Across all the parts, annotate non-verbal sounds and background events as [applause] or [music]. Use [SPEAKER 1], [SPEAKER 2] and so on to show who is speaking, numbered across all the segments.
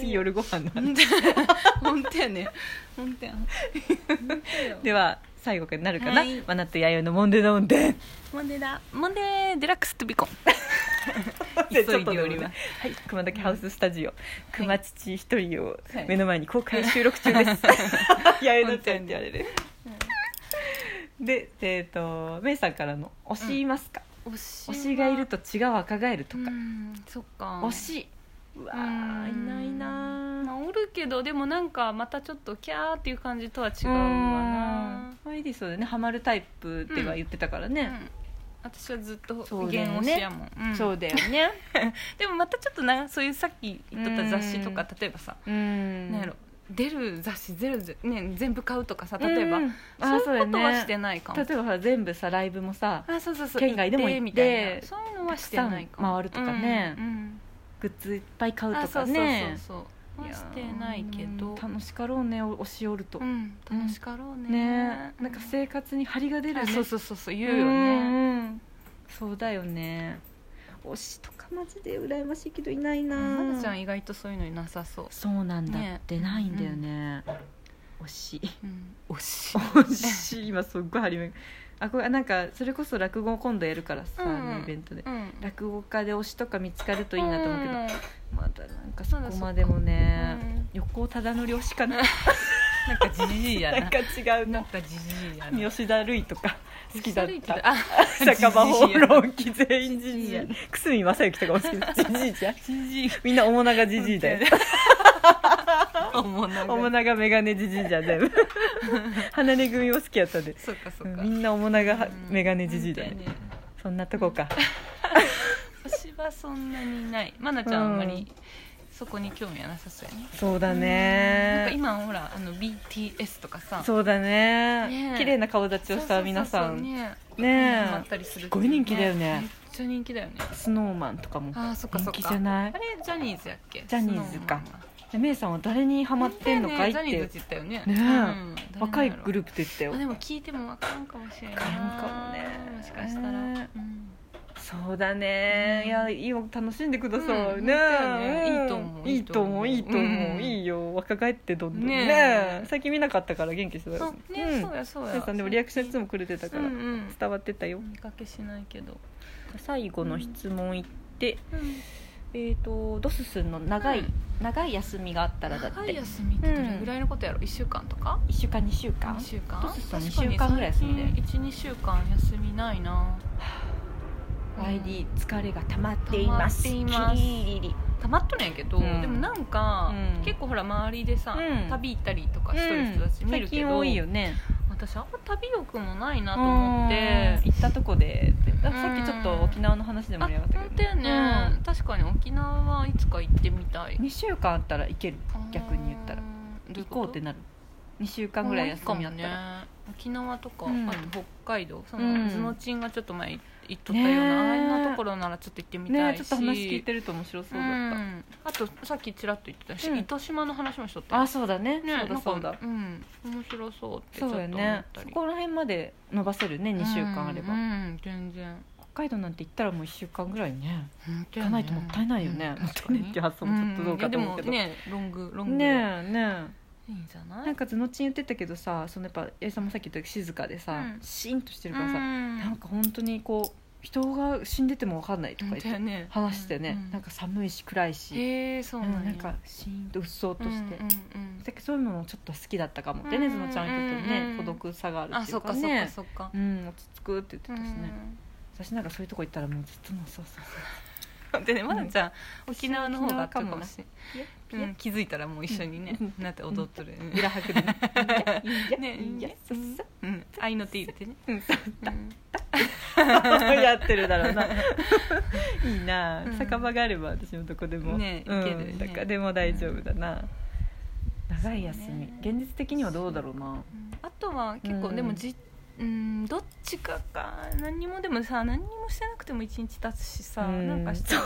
[SPEAKER 1] い夜ご飯の話
[SPEAKER 2] 本当や [laughs] 本当やね本当や本当よ
[SPEAKER 1] では最後になるかな、
[SPEAKER 2] はい
[SPEAKER 1] マナと弥生のモンデーノンデ
[SPEAKER 2] モンデーだモンデーデラックストゥビコン
[SPEAKER 1] ー [laughs]
[SPEAKER 2] [laughs] 急いでおり
[SPEAKER 1] は
[SPEAKER 2] ま
[SPEAKER 1] い
[SPEAKER 2] す、
[SPEAKER 1] 熊崎ハウススタジオ熊父一人を
[SPEAKER 2] はい
[SPEAKER 1] 目の前に公開収録中です
[SPEAKER 2] [laughs]
[SPEAKER 1] 弥生のちゃんって言われるでえっ、とメイさんからの「推しいますか
[SPEAKER 2] 推し
[SPEAKER 1] 推しがいると血が若返る」と
[SPEAKER 2] と
[SPEAKER 1] か
[SPEAKER 2] そっか
[SPEAKER 1] 「推し」うわーい
[SPEAKER 2] うん
[SPEAKER 1] ないな
[SPEAKER 2] まあおるけどでもなんかまたちょっとキャーっていう感じとは違うわな
[SPEAKER 1] アイディそうだよねハマるタイプっては言ってたから
[SPEAKER 2] う
[SPEAKER 1] ね、
[SPEAKER 2] ん私はずっと
[SPEAKER 1] そうだよね
[SPEAKER 2] 弦推しやもんうん
[SPEAKER 1] そうだよね
[SPEAKER 2] [laughs] でもまたちょっとなそういうさっき言っとった雑誌と
[SPEAKER 1] う
[SPEAKER 2] か
[SPEAKER 1] ん
[SPEAKER 2] 例えばさ
[SPEAKER 1] うん
[SPEAKER 2] なんやろ出る雑誌ゼロゼロ、ね、全部買うとかさ例えば
[SPEAKER 1] うんあー
[SPEAKER 2] そういうことはして
[SPEAKER 1] ね
[SPEAKER 2] ないかも
[SPEAKER 1] 例えばほら全部さライブもさ
[SPEAKER 2] あそうそうそう
[SPEAKER 1] 県外でも行って
[SPEAKER 2] みたいなそういうのはしてな
[SPEAKER 1] た
[SPEAKER 2] い
[SPEAKER 1] く
[SPEAKER 2] か
[SPEAKER 1] さん
[SPEAKER 2] も
[SPEAKER 1] 回るとかね
[SPEAKER 2] うんうん
[SPEAKER 1] グッズいっぱい買う
[SPEAKER 2] あ
[SPEAKER 1] と
[SPEAKER 2] そ
[SPEAKER 1] か
[SPEAKER 2] うそうそう
[SPEAKER 1] ね
[SPEAKER 2] そうはしてないけど
[SPEAKER 1] うん楽しかろうねお推し寄ると、
[SPEAKER 2] うん楽しかろうね
[SPEAKER 1] ねなんか生活に張りが出る
[SPEAKER 2] あ
[SPEAKER 1] ね
[SPEAKER 2] そうそうそうそう言う
[SPEAKER 1] う
[SPEAKER 2] よね
[SPEAKER 1] んうんそうだよね推しとかマジで羨ましいけどいないな
[SPEAKER 2] まなちゃん意外とそういうのになさそう
[SPEAKER 1] そうなんだ
[SPEAKER 2] ね
[SPEAKER 1] ってないんだよね推し
[SPEAKER 2] うん推
[SPEAKER 1] [laughs]
[SPEAKER 2] し
[SPEAKER 1] 推し今すっごい張り目があこれなんかそれこそ落語今度やるからさ、
[SPEAKER 2] うん
[SPEAKER 1] あのイベントで
[SPEAKER 2] うん
[SPEAKER 1] 落語家で推しとか見つかるといいなと思うけど、
[SPEAKER 2] ん
[SPEAKER 1] まだなんかそこまでもね、
[SPEAKER 2] うん
[SPEAKER 1] 横尾忠則推しかな
[SPEAKER 2] なんかじじいや
[SPEAKER 1] なん
[SPEAKER 2] な
[SPEAKER 1] か違う
[SPEAKER 2] なん
[SPEAKER 1] な
[SPEAKER 2] かじじいやな
[SPEAKER 1] 吉田類とか好きだっ
[SPEAKER 2] 吉田類
[SPEAKER 1] た
[SPEAKER 2] あ
[SPEAKER 1] [laughs] 酒場放浪記全員
[SPEAKER 2] じ
[SPEAKER 1] じ
[SPEAKER 2] じ
[SPEAKER 1] じ
[SPEAKER 2] い
[SPEAKER 1] い
[SPEAKER 2] や
[SPEAKER 1] 久住正幸とかも好
[SPEAKER 2] [laughs]
[SPEAKER 1] きじじいじゃん
[SPEAKER 2] じじい
[SPEAKER 1] みんな面長じじいだよ
[SPEAKER 2] [laughs] おもなが
[SPEAKER 1] 面長メガネじじいじゃん全
[SPEAKER 2] [laughs]
[SPEAKER 1] 部花根組も好きやったで
[SPEAKER 2] そうかそううんか
[SPEAKER 1] みんな面長
[SPEAKER 2] うん
[SPEAKER 1] メガネじじいだよ
[SPEAKER 2] 本当
[SPEAKER 1] ね
[SPEAKER 2] やね
[SPEAKER 1] そんなとこか
[SPEAKER 2] 私はそんなにないまなちゃん
[SPEAKER 1] うん
[SPEAKER 2] あんまりそこに興味はなさそうやね
[SPEAKER 1] そうだ
[SPEAKER 2] なんか
[SPEAKER 1] ね
[SPEAKER 2] 今ほらあの BTS とかさ
[SPEAKER 1] そうだね
[SPEAKER 2] ねえ
[SPEAKER 1] 綺麗な顔立ち
[SPEAKER 2] そう
[SPEAKER 1] を
[SPEAKER 2] そう
[SPEAKER 1] し
[SPEAKER 2] そうそ
[SPEAKER 1] た
[SPEAKER 2] う
[SPEAKER 1] 皆さん
[SPEAKER 2] ね
[SPEAKER 1] ねえ
[SPEAKER 2] ハマったりする
[SPEAKER 1] すっごい人気だよね
[SPEAKER 2] めっちゃ人気だよね
[SPEAKER 1] スノーマンとかも
[SPEAKER 2] あーそっかそっ
[SPEAKER 1] 人気
[SPEAKER 2] か
[SPEAKER 1] じゃない
[SPEAKER 2] あれジャニーズやっけ
[SPEAKER 1] ジャニーズか
[SPEAKER 2] Snowman は
[SPEAKER 1] でメイさんは誰にハマってんのかいっ
[SPEAKER 2] ジャニーズってて言ったよね
[SPEAKER 1] ねえ
[SPEAKER 2] うん
[SPEAKER 1] 若いグ
[SPEAKER 2] 誰なんやろ
[SPEAKER 1] ループって言ったよ
[SPEAKER 2] あでも聞いてもわからんかもしれんない
[SPEAKER 1] わからんかもね
[SPEAKER 2] もしかしたら、
[SPEAKER 1] ね
[SPEAKER 2] うん
[SPEAKER 1] そうだね
[SPEAKER 2] うん
[SPEAKER 1] いやいいよ楽しんでくださ
[SPEAKER 2] う
[SPEAKER 1] い
[SPEAKER 2] ん
[SPEAKER 1] ね
[SPEAKER 2] 本当やね
[SPEAKER 1] い
[SPEAKER 2] い
[SPEAKER 1] い
[SPEAKER 2] い
[SPEAKER 1] と
[SPEAKER 2] と
[SPEAKER 1] 思
[SPEAKER 2] 思
[SPEAKER 1] う
[SPEAKER 2] う
[SPEAKER 1] いいと思
[SPEAKER 2] う
[SPEAKER 1] うんいいよ若返ってどんどん
[SPEAKER 2] ねえ
[SPEAKER 1] ね最近見なかったから元気してた
[SPEAKER 2] そ
[SPEAKER 1] よ
[SPEAKER 2] うね、そうやそう
[SPEAKER 1] メ
[SPEAKER 2] や
[SPEAKER 1] イさんでもリアクションいつもくれてたから
[SPEAKER 2] うんうん
[SPEAKER 1] 伝わってたよ
[SPEAKER 2] 見かけしないけど、
[SPEAKER 1] 最後の質問いって
[SPEAKER 2] うん、
[SPEAKER 1] えっとドススンの長
[SPEAKER 2] う
[SPEAKER 1] い
[SPEAKER 2] ん
[SPEAKER 1] 長い休みがあったらだっ
[SPEAKER 2] 長い
[SPEAKER 1] て
[SPEAKER 2] 休みってどれぐらいのことやろ、一週間とか
[SPEAKER 1] 1週間2週間
[SPEAKER 2] 二週間
[SPEAKER 1] どうすんの
[SPEAKER 2] 確かに
[SPEAKER 1] 二週間ぐらい休んで
[SPEAKER 2] 最近12週間休みないな
[SPEAKER 1] YD 疲れが溜まっています
[SPEAKER 2] 溜まっています
[SPEAKER 1] キリリリ
[SPEAKER 2] たまっとるんやけど、
[SPEAKER 1] うん
[SPEAKER 2] でもなんか、
[SPEAKER 1] うん
[SPEAKER 2] 結構ほら周りでさ、
[SPEAKER 1] うん
[SPEAKER 2] 旅行ったりとかしてる人たち見
[SPEAKER 1] 最
[SPEAKER 2] るけ
[SPEAKER 1] 近
[SPEAKER 2] ど、
[SPEAKER 1] 多いよね
[SPEAKER 2] 私あんま旅欲もないなと思って
[SPEAKER 1] うん行ったとこでってあさっきちょっと沖縄の話で
[SPEAKER 2] あ
[SPEAKER 1] 盛り上がったけ
[SPEAKER 2] 本
[SPEAKER 1] ど
[SPEAKER 2] 当やね、
[SPEAKER 1] う
[SPEAKER 2] 確かに沖縄はいつか行ってみたい
[SPEAKER 1] 2週間あったら行ける逆に言ったら
[SPEAKER 2] どい
[SPEAKER 1] 行
[SPEAKER 2] こと
[SPEAKER 1] こうってなる2週間ぐらい休みあった
[SPEAKER 2] もうい
[SPEAKER 1] ら
[SPEAKER 2] いかもね沖縄とか、
[SPEAKER 1] うん
[SPEAKER 2] あと北海道そうの
[SPEAKER 1] ん
[SPEAKER 2] ズノチンがちょっと前行っとったような、
[SPEAKER 1] ねえ
[SPEAKER 2] あんなところならちょっと行ってみた
[SPEAKER 1] ね
[SPEAKER 2] いし、
[SPEAKER 1] ちょっと話聞いてると面白そうだ
[SPEAKER 2] う
[SPEAKER 1] っ
[SPEAKER 2] んあとさっきちらっと言ってたし、
[SPEAKER 1] うん
[SPEAKER 2] 糸島の話もしとった
[SPEAKER 1] た
[SPEAKER 2] よ
[SPEAKER 1] あそうだね
[SPEAKER 2] ね
[SPEAKER 1] そうだそう
[SPEAKER 2] なん
[SPEAKER 1] だ
[SPEAKER 2] かうん面白そうってちょ
[SPEAKER 1] そ
[SPEAKER 2] っ
[SPEAKER 1] うだ
[SPEAKER 2] と思
[SPEAKER 1] よ
[SPEAKER 2] っ
[SPEAKER 1] ね
[SPEAKER 2] た
[SPEAKER 1] そ
[SPEAKER 2] り
[SPEAKER 1] こら辺まで伸ばせるね2週間あれば
[SPEAKER 2] うんうん全然
[SPEAKER 1] 北海道なんて行ったらもう1週間ぐらいね
[SPEAKER 2] 行
[SPEAKER 1] 行かないともったいないよねもったいないっていう発想もちょっとどうかと思うけど
[SPEAKER 2] でもねロングロングで
[SPEAKER 1] ねえね
[SPEAKER 2] いいんじゃな
[SPEAKER 1] え
[SPEAKER 2] い
[SPEAKER 1] なんかずのちん言ってたけどさそのやっぱ八重さんもさっき言ったけど静かでさ、
[SPEAKER 2] うん
[SPEAKER 1] シーンとしてるからさ、な
[SPEAKER 2] なん
[SPEAKER 1] か本当にこう人が死んでても分かんないとか言って
[SPEAKER 2] ね
[SPEAKER 1] 話してね、
[SPEAKER 2] う
[SPEAKER 1] なんか寒いし暗いし、
[SPEAKER 2] へえそう
[SPEAKER 1] う
[SPEAKER 2] なんんや
[SPEAKER 1] なんかシーンとうっそうとして、
[SPEAKER 2] うんうんう
[SPEAKER 1] だ
[SPEAKER 2] ん
[SPEAKER 1] けどそういうのもちょっと好きだったかも、でね
[SPEAKER 2] うん
[SPEAKER 1] ずのちゃんにとってもね、
[SPEAKER 2] う
[SPEAKER 1] 孤
[SPEAKER 2] ん
[SPEAKER 1] 独さがある
[SPEAKER 2] あ
[SPEAKER 1] ってい
[SPEAKER 2] そうっか
[SPEAKER 1] か
[SPEAKER 2] そっか
[SPEAKER 1] ね
[SPEAKER 2] そっか
[SPEAKER 1] うん落ち着くって言ってたしね、
[SPEAKER 2] う
[SPEAKER 1] 私なんかそういうとこ行ったらもうずっともうそうそうん
[SPEAKER 2] でねまだちゃん沖縄の方があったかもし
[SPEAKER 1] いや
[SPEAKER 2] れんうん気づいたらもう一緒にね
[SPEAKER 1] うん
[SPEAKER 2] なって踊っとるうん
[SPEAKER 1] 裏拍でねいいや
[SPEAKER 2] [laughs] ね
[SPEAKER 1] いいやいいやそうそう
[SPEAKER 2] うん愛の手入れてね
[SPEAKER 1] うん
[SPEAKER 2] うん [laughs]
[SPEAKER 1] やってるだろう [laughs] ないいな、
[SPEAKER 2] うん
[SPEAKER 1] 酒場があれば私もどこでも、
[SPEAKER 2] ね
[SPEAKER 1] うん
[SPEAKER 2] 行けるね
[SPEAKER 1] どこでも大丈夫だな、長い休み、
[SPEAKER 2] そう
[SPEAKER 1] 現実的にはどうだろうな
[SPEAKER 2] あとは結構
[SPEAKER 1] うん
[SPEAKER 2] でもじうんどっちかか何にもでもさ何にもしてなくても一日経つしさ
[SPEAKER 1] うん
[SPEAKER 2] なんかしてても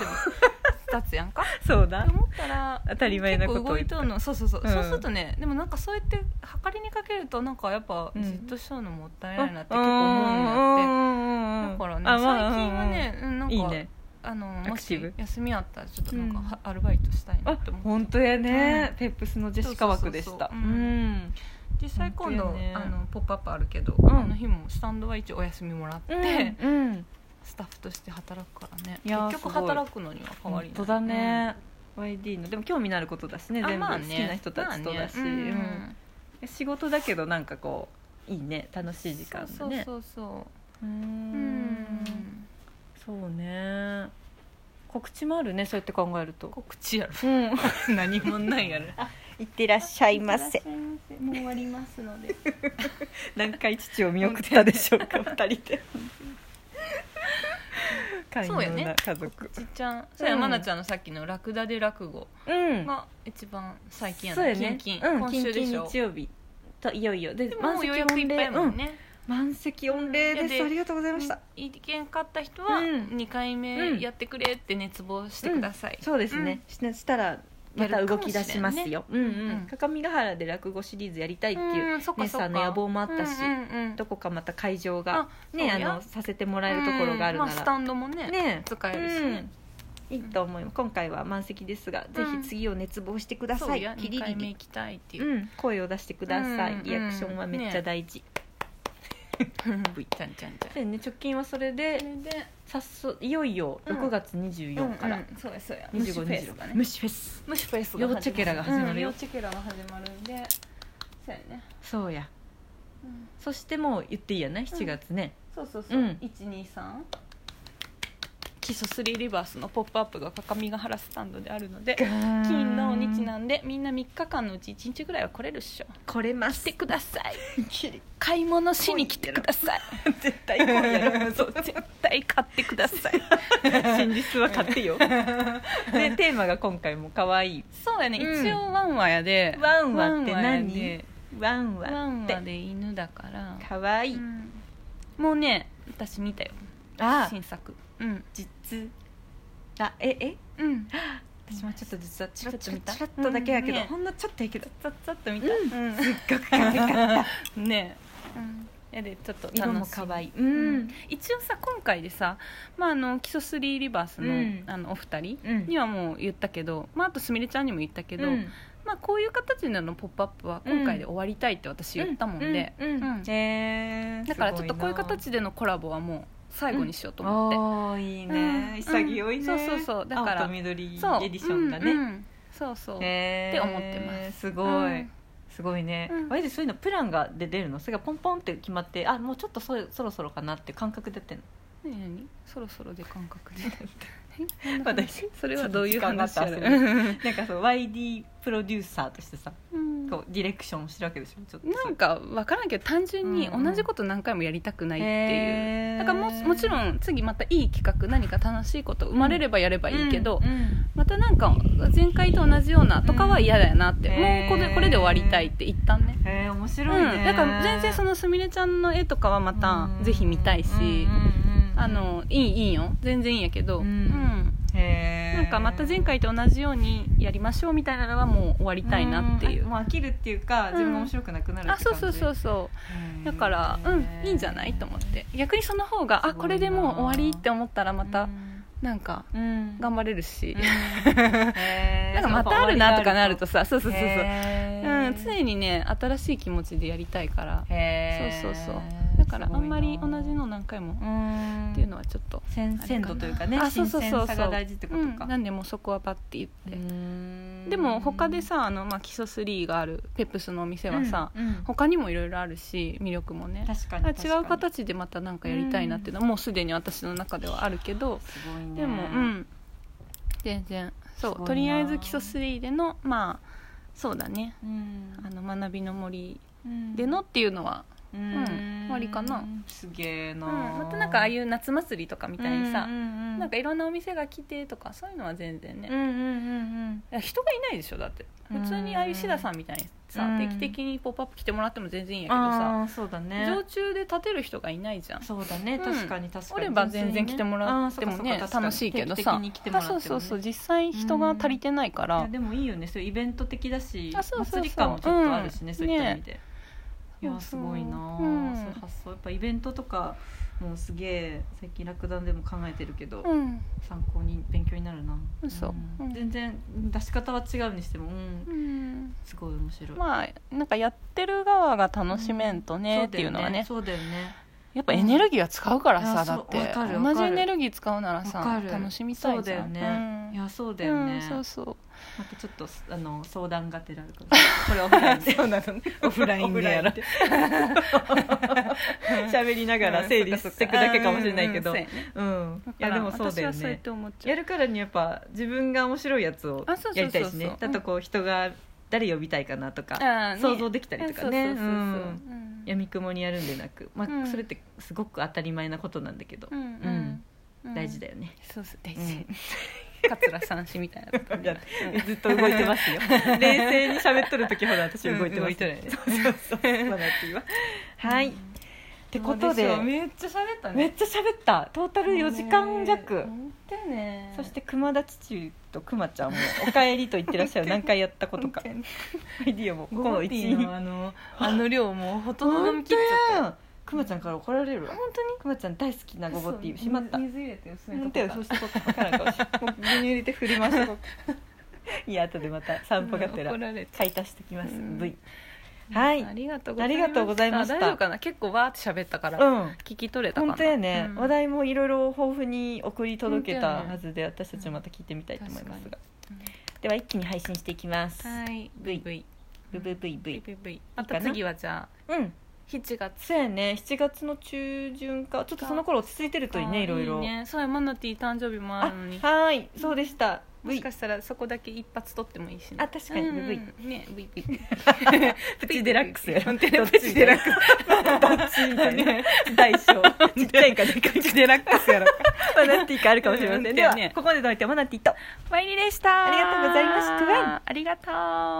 [SPEAKER 2] 経つやんか
[SPEAKER 1] そう
[SPEAKER 2] っ
[SPEAKER 1] だ
[SPEAKER 2] て思ったら
[SPEAKER 1] 当たり前なことを
[SPEAKER 2] 結構動いとんのそうそうそう、
[SPEAKER 1] うん
[SPEAKER 2] そうするとねでもなんかそうやって測りにかけるとなんかやっぱ
[SPEAKER 1] うん
[SPEAKER 2] じっとしちゃうのもったいないなって結構思うんだ
[SPEAKER 1] だ
[SPEAKER 2] って、だからね、
[SPEAKER 1] あまあ
[SPEAKER 2] 最近はね、うんなんか
[SPEAKER 1] いいね
[SPEAKER 2] あの
[SPEAKER 1] ア
[SPEAKER 2] も
[SPEAKER 1] クティ
[SPEAKER 2] し
[SPEAKER 1] ブ
[SPEAKER 2] 休みあったらちょっとなんか、
[SPEAKER 1] うん
[SPEAKER 2] はアルバイトしたいな
[SPEAKER 1] あ
[SPEAKER 2] って思って
[SPEAKER 1] 本当やね、
[SPEAKER 2] うん
[SPEAKER 1] ペップスのジェシカ枠でし
[SPEAKER 2] そうそう
[SPEAKER 1] た
[SPEAKER 2] そううそううん
[SPEAKER 1] ん
[SPEAKER 2] 実際今度、
[SPEAKER 1] 本当やね
[SPEAKER 2] あの「ポップアップあるけど、
[SPEAKER 1] ん
[SPEAKER 2] あの日もスタンドは一応お休みもらって、
[SPEAKER 1] うんうん
[SPEAKER 2] スタッフとして働くからね
[SPEAKER 1] いやー
[SPEAKER 2] 結局
[SPEAKER 1] すごい
[SPEAKER 2] 働くのには変わ
[SPEAKER 1] 本
[SPEAKER 2] りない
[SPEAKER 1] 当だね、YD のでも興味のあることだし
[SPEAKER 2] う
[SPEAKER 1] ね
[SPEAKER 2] んあ
[SPEAKER 1] 全部
[SPEAKER 2] ま
[SPEAKER 1] 好
[SPEAKER 2] あ
[SPEAKER 1] き
[SPEAKER 2] ね
[SPEAKER 1] な人たちとだし、
[SPEAKER 2] まあねうん
[SPEAKER 1] うん仕事だけどなんかこういいね楽しい時間
[SPEAKER 2] そ
[SPEAKER 1] だ
[SPEAKER 2] う
[SPEAKER 1] ね
[SPEAKER 2] そうそ
[SPEAKER 1] うー
[SPEAKER 2] うそうんうん
[SPEAKER 1] そうね告知もあるねそうやって考えると
[SPEAKER 2] 告知やろ
[SPEAKER 1] うん
[SPEAKER 2] 何もないやろ
[SPEAKER 1] いってらっしゃいま
[SPEAKER 2] い
[SPEAKER 1] せ
[SPEAKER 2] らっしゃいませもう終わりますので
[SPEAKER 1] [laughs] 何回父を見送ったでしょう
[SPEAKER 2] [laughs]
[SPEAKER 1] か二人で寛
[SPEAKER 2] そうや
[SPEAKER 1] 容
[SPEAKER 2] ね
[SPEAKER 1] な家族
[SPEAKER 2] ちっちゃんそうや
[SPEAKER 1] うん
[SPEAKER 2] 愛菜ちゃんのさっきの「ラクダで落語
[SPEAKER 1] うん」
[SPEAKER 2] が一番最近や
[SPEAKER 1] そう
[SPEAKER 2] な
[SPEAKER 1] や
[SPEAKER 2] キ
[SPEAKER 1] ね
[SPEAKER 2] ンキン
[SPEAKER 1] うん
[SPEAKER 2] 今週でしょ
[SPEAKER 1] 日曜日といよいよで
[SPEAKER 2] でももう予約いっぱいやもんね
[SPEAKER 1] 満席御礼
[SPEAKER 2] いや
[SPEAKER 1] で
[SPEAKER 2] です
[SPEAKER 1] ありがとうございました
[SPEAKER 2] 意見買った人は
[SPEAKER 1] うん
[SPEAKER 2] 2回目やってくれって熱望してください、
[SPEAKER 1] そうですね、ししたらまた動き出します
[SPEAKER 2] やる
[SPEAKER 1] よ、うんうん
[SPEAKER 2] うん
[SPEAKER 1] 各務原で落語シリーズやりたいっていう、
[SPEAKER 2] うんそっか
[SPEAKER 1] 姉
[SPEAKER 2] そっか
[SPEAKER 1] さんの野望もあったし、
[SPEAKER 2] うんうんうん
[SPEAKER 1] どこかまた会場が
[SPEAKER 2] あ
[SPEAKER 1] ね
[SPEAKER 2] そ
[SPEAKER 1] あ
[SPEAKER 2] うや
[SPEAKER 1] のさせてもらえるところがあるな
[SPEAKER 2] うんまあ、ス
[SPEAKER 1] ら、
[SPEAKER 2] タンドもね
[SPEAKER 1] ね
[SPEAKER 2] 使えるしね、
[SPEAKER 1] うんいいと思います今回は満席ですが、ぜ
[SPEAKER 2] うん
[SPEAKER 1] ひ次を熱望してくだ
[SPEAKER 2] そう
[SPEAKER 1] さい
[SPEAKER 2] や
[SPEAKER 1] キ
[SPEAKER 2] 2
[SPEAKER 1] リリ
[SPEAKER 2] 回目
[SPEAKER 1] リ
[SPEAKER 2] 行、きたいっていうう、
[SPEAKER 1] ん、声を出してください、
[SPEAKER 2] うんうん
[SPEAKER 1] リアクションはめっちゃ大事、
[SPEAKER 2] [laughs] ちゃんちゃんちゃん
[SPEAKER 1] そうやね直近はそれ
[SPEAKER 2] そ
[SPEAKER 1] で
[SPEAKER 2] れで
[SPEAKER 1] 早速いよいよ6月24から、
[SPEAKER 2] うんうんそうやそうや
[SPEAKER 1] 25
[SPEAKER 2] 虫フェ
[SPEAKER 1] 日
[SPEAKER 2] スがね
[SPEAKER 1] 虫フェス
[SPEAKER 2] 虫フェス
[SPEAKER 1] が始まる
[SPEAKER 2] 幼稚ケラが始まるよ、
[SPEAKER 1] うん
[SPEAKER 2] 幼稚ケラが始まるんでそうやね、
[SPEAKER 1] そうやそしてもう言っていいやね7月ね、
[SPEAKER 2] そうそうそう、
[SPEAKER 1] うん
[SPEAKER 2] 123基礎3リバースのポップアップが各務原スタンドであるので [laughs] 金の日なんでみんな3日間のうち1日ぐらいは来れるっしょ
[SPEAKER 1] 来れま
[SPEAKER 2] 来
[SPEAKER 1] す
[SPEAKER 2] てください買い物しに来てください
[SPEAKER 1] [laughs] 絶対来いや
[SPEAKER 2] [laughs]
[SPEAKER 1] ろ
[SPEAKER 2] そう絶対買ってください
[SPEAKER 1] 真実は勝て
[SPEAKER 2] [laughs]
[SPEAKER 1] よでテーマが今回も可愛い
[SPEAKER 2] そうやね、
[SPEAKER 1] うん
[SPEAKER 2] 一応ワンワやで
[SPEAKER 1] ワンワって
[SPEAKER 2] ワンワや
[SPEAKER 1] 何
[SPEAKER 2] で
[SPEAKER 1] ワン
[SPEAKER 2] ワ
[SPEAKER 1] ワっ
[SPEAKER 2] ンワ
[SPEAKER 1] て
[SPEAKER 2] で犬だから、
[SPEAKER 1] 可愛い
[SPEAKER 2] うんもうね私見たよ
[SPEAKER 1] あ
[SPEAKER 2] 新作うん
[SPEAKER 1] 実だええ
[SPEAKER 2] うん
[SPEAKER 1] 私もちょっと実はチラッと見た
[SPEAKER 2] チラッと
[SPEAKER 1] チラッとだけやけど、
[SPEAKER 2] うんね
[SPEAKER 1] ほんのちょっとやけど
[SPEAKER 2] ちょっとちょっと見た、
[SPEAKER 1] うん
[SPEAKER 2] うん
[SPEAKER 1] ごく可愛かった
[SPEAKER 2] [laughs] ねえ、やでちょっと楽し
[SPEAKER 1] 色も可愛い、う
[SPEAKER 2] うん
[SPEAKER 1] ん
[SPEAKER 2] 一応さ今回でさ、まあ、あの基礎3リバースの,、
[SPEAKER 1] うん
[SPEAKER 2] あのお二人
[SPEAKER 1] うん
[SPEAKER 2] にはもう言ったけど、まあ、あとすみれちゃんにも言ったけど、
[SPEAKER 1] うん
[SPEAKER 2] まあ、こういう形での「ポップアップは今回で終わりたいって私言ったもんで、
[SPEAKER 1] うんうん
[SPEAKER 2] うん
[SPEAKER 1] へー
[SPEAKER 2] だからちょっとこういう
[SPEAKER 1] す
[SPEAKER 2] 形でのコラボはもう最後にしようと
[SPEAKER 1] ごいな
[SPEAKER 2] 思って、
[SPEAKER 1] あーいいね、
[SPEAKER 2] うん
[SPEAKER 1] 潔いね、
[SPEAKER 2] うんそうそうそうだから
[SPEAKER 1] 青と緑エデ
[SPEAKER 2] そう
[SPEAKER 1] ィションだね、
[SPEAKER 2] うんうんそうそう、
[SPEAKER 1] へ
[SPEAKER 2] って思ってます
[SPEAKER 1] すごい、
[SPEAKER 2] うん
[SPEAKER 1] すごいね、
[SPEAKER 2] うん
[SPEAKER 1] あれでそういうのプランがで出るのそれがポンポンって決まってあもうちょっとそそろそろかなって感覚出てんの [laughs]
[SPEAKER 2] 何何そろそろで感覚でえ
[SPEAKER 1] まあ大丈
[SPEAKER 2] それはどういう話やろ
[SPEAKER 1] 時間があなんかそう YD プロデューサーとしてさ
[SPEAKER 2] う
[SPEAKER 1] [laughs]
[SPEAKER 2] ん
[SPEAKER 1] こうディレクションしてるわけでしょちょっと
[SPEAKER 2] なんか分からんけど単純に同じこと何回もやりたくないっていう、
[SPEAKER 1] へー
[SPEAKER 2] だからももちろん次またいい企画何か楽しいこと生まれればやればいいけど、
[SPEAKER 1] うんうん
[SPEAKER 2] またなんか前回と同じようなとかは嫌だよなって、
[SPEAKER 1] うん
[SPEAKER 2] もうこれこれで終わりたいって一旦ね
[SPEAKER 1] へえ面
[SPEAKER 2] う
[SPEAKER 1] 白いね、
[SPEAKER 2] ん、だから全然そのすみれちゃんの絵とかはまたぜひ見たいし、
[SPEAKER 1] うんうんうんうん
[SPEAKER 2] あのいいいいよ全然いいんやけど、
[SPEAKER 1] うん
[SPEAKER 2] う
[SPEAKER 1] へ
[SPEAKER 2] ん
[SPEAKER 1] ー
[SPEAKER 2] なんかまた前回と同じようにやりましょうみたいなのはもう終わりたいなっていう、
[SPEAKER 1] んあもう飽きるっていうか
[SPEAKER 2] ん
[SPEAKER 1] 自分が面白くなくなる
[SPEAKER 2] あ
[SPEAKER 1] って
[SPEAKER 2] そ
[SPEAKER 1] 感
[SPEAKER 2] う
[SPEAKER 1] じ、
[SPEAKER 2] そうそうそう
[SPEAKER 1] へー
[SPEAKER 2] だからうんいいんじゃないと思って逆にその方があ
[SPEAKER 1] すごいな
[SPEAKER 2] これでもう終わりって思ったらま
[SPEAKER 1] う
[SPEAKER 2] た
[SPEAKER 1] ん
[SPEAKER 2] なんか
[SPEAKER 1] うん
[SPEAKER 2] 頑張れる [laughs] し、
[SPEAKER 1] へー
[SPEAKER 2] なんかまたあるなとかなるとさそうそうそうそう、う
[SPEAKER 1] へ
[SPEAKER 2] ん、
[SPEAKER 1] ー
[SPEAKER 2] 常にね新しい気持ちでやりたいから
[SPEAKER 1] へー
[SPEAKER 2] そうそうそうだからあんまり同じの何回も
[SPEAKER 1] すごいな
[SPEAKER 2] っていうのはちょっと
[SPEAKER 1] 鮮鮮度というかね
[SPEAKER 2] あそ
[SPEAKER 1] 新
[SPEAKER 2] うそう
[SPEAKER 1] 鮮
[SPEAKER 2] そうそ
[SPEAKER 1] さ
[SPEAKER 2] う
[SPEAKER 1] が大事ってこと
[SPEAKER 2] うん
[SPEAKER 1] か
[SPEAKER 2] なんでもうそこはパッて言って、
[SPEAKER 1] うん
[SPEAKER 2] でも他でさあの、まあ、基礎3があるペップスのお店はさ、
[SPEAKER 1] うんうん
[SPEAKER 2] 他にもいろいろあるし魅力もね
[SPEAKER 1] 確かに
[SPEAKER 2] あ
[SPEAKER 1] 確かに
[SPEAKER 2] 違う形でまた何かやりたいなっていうのは、もうすでに私の中ではあるけど
[SPEAKER 1] すごいね
[SPEAKER 2] でもうん全然そ
[SPEAKER 1] す
[SPEAKER 2] う
[SPEAKER 1] ごいな
[SPEAKER 2] とりあえず基礎3でのまあそうだね
[SPEAKER 1] うん
[SPEAKER 2] あの学びの森
[SPEAKER 1] うん
[SPEAKER 2] でのっていうのは、
[SPEAKER 1] うん
[SPEAKER 2] 割かな
[SPEAKER 1] すげえ
[SPEAKER 2] う、
[SPEAKER 1] なん
[SPEAKER 2] またなんかああいう夏祭りとか
[SPEAKER 1] み
[SPEAKER 2] みたいにさ、
[SPEAKER 1] な
[SPEAKER 2] なんかいろんなお店が来てとかそういうのは全然ね、
[SPEAKER 1] うんうんうん
[SPEAKER 2] いや人がいないでしょだって
[SPEAKER 1] うん
[SPEAKER 2] 普通にああいう志田さんみたいにさ、
[SPEAKER 1] うん
[SPEAKER 2] 定期的に「ポップアップ来てもらっても全然いいん
[SPEAKER 1] うん
[SPEAKER 2] やけどさ、
[SPEAKER 1] あーそうだね
[SPEAKER 2] 常駐で立てる人がいないじゃん
[SPEAKER 1] そうだね
[SPEAKER 2] うん
[SPEAKER 1] 確かに確かに
[SPEAKER 2] おれば全然来てもらってもね楽しいけどさあそうそうそう
[SPEAKER 1] う
[SPEAKER 2] 実際人が足りてないから、
[SPEAKER 1] でもいいよねそういうイベント的だし
[SPEAKER 2] あそうそうそう
[SPEAKER 1] 祭り感もちょっとあるしね
[SPEAKER 2] うん
[SPEAKER 1] そういった意味でいやすごいなあ、
[SPEAKER 2] うん
[SPEAKER 1] そういう発想やっぱイベントとかもうすげえ最近楽団でも考えてるけど、
[SPEAKER 2] うん
[SPEAKER 1] 参考に勉強になるな
[SPEAKER 2] 嘘
[SPEAKER 1] ん
[SPEAKER 2] うん
[SPEAKER 1] 全然出し方は違うにしても、うん、
[SPEAKER 2] うん
[SPEAKER 1] すごい面白い、
[SPEAKER 2] まあなんかやってる側が楽しめんとね、っていうのはね
[SPEAKER 1] そうだよね
[SPEAKER 2] やっぱエネルギーは使うから
[SPEAKER 1] い
[SPEAKER 2] さ、
[SPEAKER 1] や
[SPEAKER 2] だ
[SPEAKER 1] そう
[SPEAKER 2] って
[SPEAKER 1] わかるわか
[SPEAKER 2] 同
[SPEAKER 1] る
[SPEAKER 2] じエネルギー使うなら
[SPEAKER 1] わか
[SPEAKER 2] さ
[SPEAKER 1] る
[SPEAKER 2] 楽しみたいじゃん
[SPEAKER 1] そうだよね、
[SPEAKER 2] うん
[SPEAKER 1] いやそうだよね、
[SPEAKER 2] うん、そうそう
[SPEAKER 1] またちょっとあの相談がてらあるかもこれオフラインでそうなの [laughs] ねオフラインでやろう [laughs] 喋りながら整理していくだけかもしれないけど、
[SPEAKER 2] うん
[SPEAKER 1] う
[SPEAKER 2] うんんそうや
[SPEAKER 1] いや
[SPEAKER 2] ね
[SPEAKER 1] でもそうだよ
[SPEAKER 2] 私はそうやっ
[SPEAKER 1] ね
[SPEAKER 2] て思っちゃ
[SPEAKER 1] や
[SPEAKER 2] う
[SPEAKER 1] るからにやっぱ自分が面白いやつを
[SPEAKER 2] あそうそうそうそう
[SPEAKER 1] やりたいしねだとこう人が誰呼びたいかなとか、
[SPEAKER 2] あーね
[SPEAKER 1] 想像できたりとかね
[SPEAKER 2] そうそうそうそう
[SPEAKER 1] うん
[SPEAKER 2] うん
[SPEAKER 1] やみくもにやるんでなく、まあ
[SPEAKER 2] うん
[SPEAKER 1] それってすごく当たり前なことなんだけど、
[SPEAKER 2] うんうんうん
[SPEAKER 1] 大事だよね、
[SPEAKER 2] そうそう大
[SPEAKER 1] う
[SPEAKER 2] 事
[SPEAKER 1] ん
[SPEAKER 2] [laughs] 桂三枝みたいなことね
[SPEAKER 1] [laughs] ずっと動いて
[SPEAKER 2] [laughs]
[SPEAKER 1] ます [laughs] よ冷静に喋っとる時ほど私動いてます、
[SPEAKER 2] うん動いとるよね
[SPEAKER 1] そうそうそう笑っていいわはい、ってことで
[SPEAKER 2] どうしょうめっちゃ喋ったね
[SPEAKER 1] めっちゃ喋ったトータル4時間弱、
[SPEAKER 2] ねえ本当やね
[SPEAKER 1] そして熊田父と熊ちゃんも「おかえり」と言ってらっ [laughs] しゃる何回やったことか
[SPEAKER 2] 本当やね
[SPEAKER 1] アイディアも
[SPEAKER 2] ゴ
[SPEAKER 1] この
[SPEAKER 2] マ
[SPEAKER 1] 一
[SPEAKER 2] ピ
[SPEAKER 1] 員
[SPEAKER 2] ーのあのあの量もうほとんど飲
[SPEAKER 1] 本
[SPEAKER 2] み切
[SPEAKER 1] 当
[SPEAKER 2] っちゃ
[SPEAKER 1] や
[SPEAKER 2] ったよ
[SPEAKER 1] ん熊ちゃんから怒られるわ
[SPEAKER 2] 本当に
[SPEAKER 1] 熊ちゃん大好きなごぼティーしまった
[SPEAKER 2] 水水入れて薄め
[SPEAKER 1] 本
[SPEAKER 2] と
[SPEAKER 1] 当よ
[SPEAKER 2] こ
[SPEAKER 1] そうう
[SPEAKER 2] か
[SPEAKER 1] しとこうわからんかもしれんもう牛乳入れて振り回しとこう [laughs] いや後でまた散歩がてら
[SPEAKER 2] 怒られて
[SPEAKER 1] 買い足してきます、
[SPEAKER 2] うん
[SPEAKER 1] V はい
[SPEAKER 2] ありがとう
[SPEAKER 1] ありがとうございました
[SPEAKER 2] 大丈夫かな結構わーって喋ったから、
[SPEAKER 1] うん
[SPEAKER 2] 聞き取れたかな
[SPEAKER 1] 本当やね、
[SPEAKER 2] うん
[SPEAKER 1] 話題もいろいろ豊富に送り届けた
[SPEAKER 2] 本当やね
[SPEAKER 1] はずで、私たちもまた聞いてみたいと思います
[SPEAKER 2] うん
[SPEAKER 1] が、では一気に配信していきます、
[SPEAKER 2] はい
[SPEAKER 1] V
[SPEAKER 2] V
[SPEAKER 1] VVVV
[SPEAKER 2] VVV また次はじゃあ
[SPEAKER 1] うん
[SPEAKER 2] 7月
[SPEAKER 1] そうやね7月の中旬かちょっとその頃落ち着いてるといいねいろいろ
[SPEAKER 2] ねそうやマナティー誕生日もあ
[SPEAKER 1] あ
[SPEAKER 2] るのに
[SPEAKER 1] はーいそうでした
[SPEAKER 2] も
[SPEAKER 1] V
[SPEAKER 2] しかしたらそこだけ一発取ってもいいしね
[SPEAKER 1] あ確かに
[SPEAKER 2] うん
[SPEAKER 1] V
[SPEAKER 2] ね VV
[SPEAKER 1] [laughs] プチデラックスやろ
[SPEAKER 2] 本当にプチデラック
[SPEAKER 1] どっちみたいな大
[SPEAKER 2] [laughs]
[SPEAKER 1] 小ちっちゃいかでかい
[SPEAKER 2] スデラックスやろ [laughs]
[SPEAKER 1] マナティーかあるかもしれません、
[SPEAKER 2] うん
[SPEAKER 1] では
[SPEAKER 2] ね
[SPEAKER 1] ここまでのおいてマナティーと
[SPEAKER 2] マイリでした
[SPEAKER 1] ありがとうございますクワン
[SPEAKER 2] ありがとう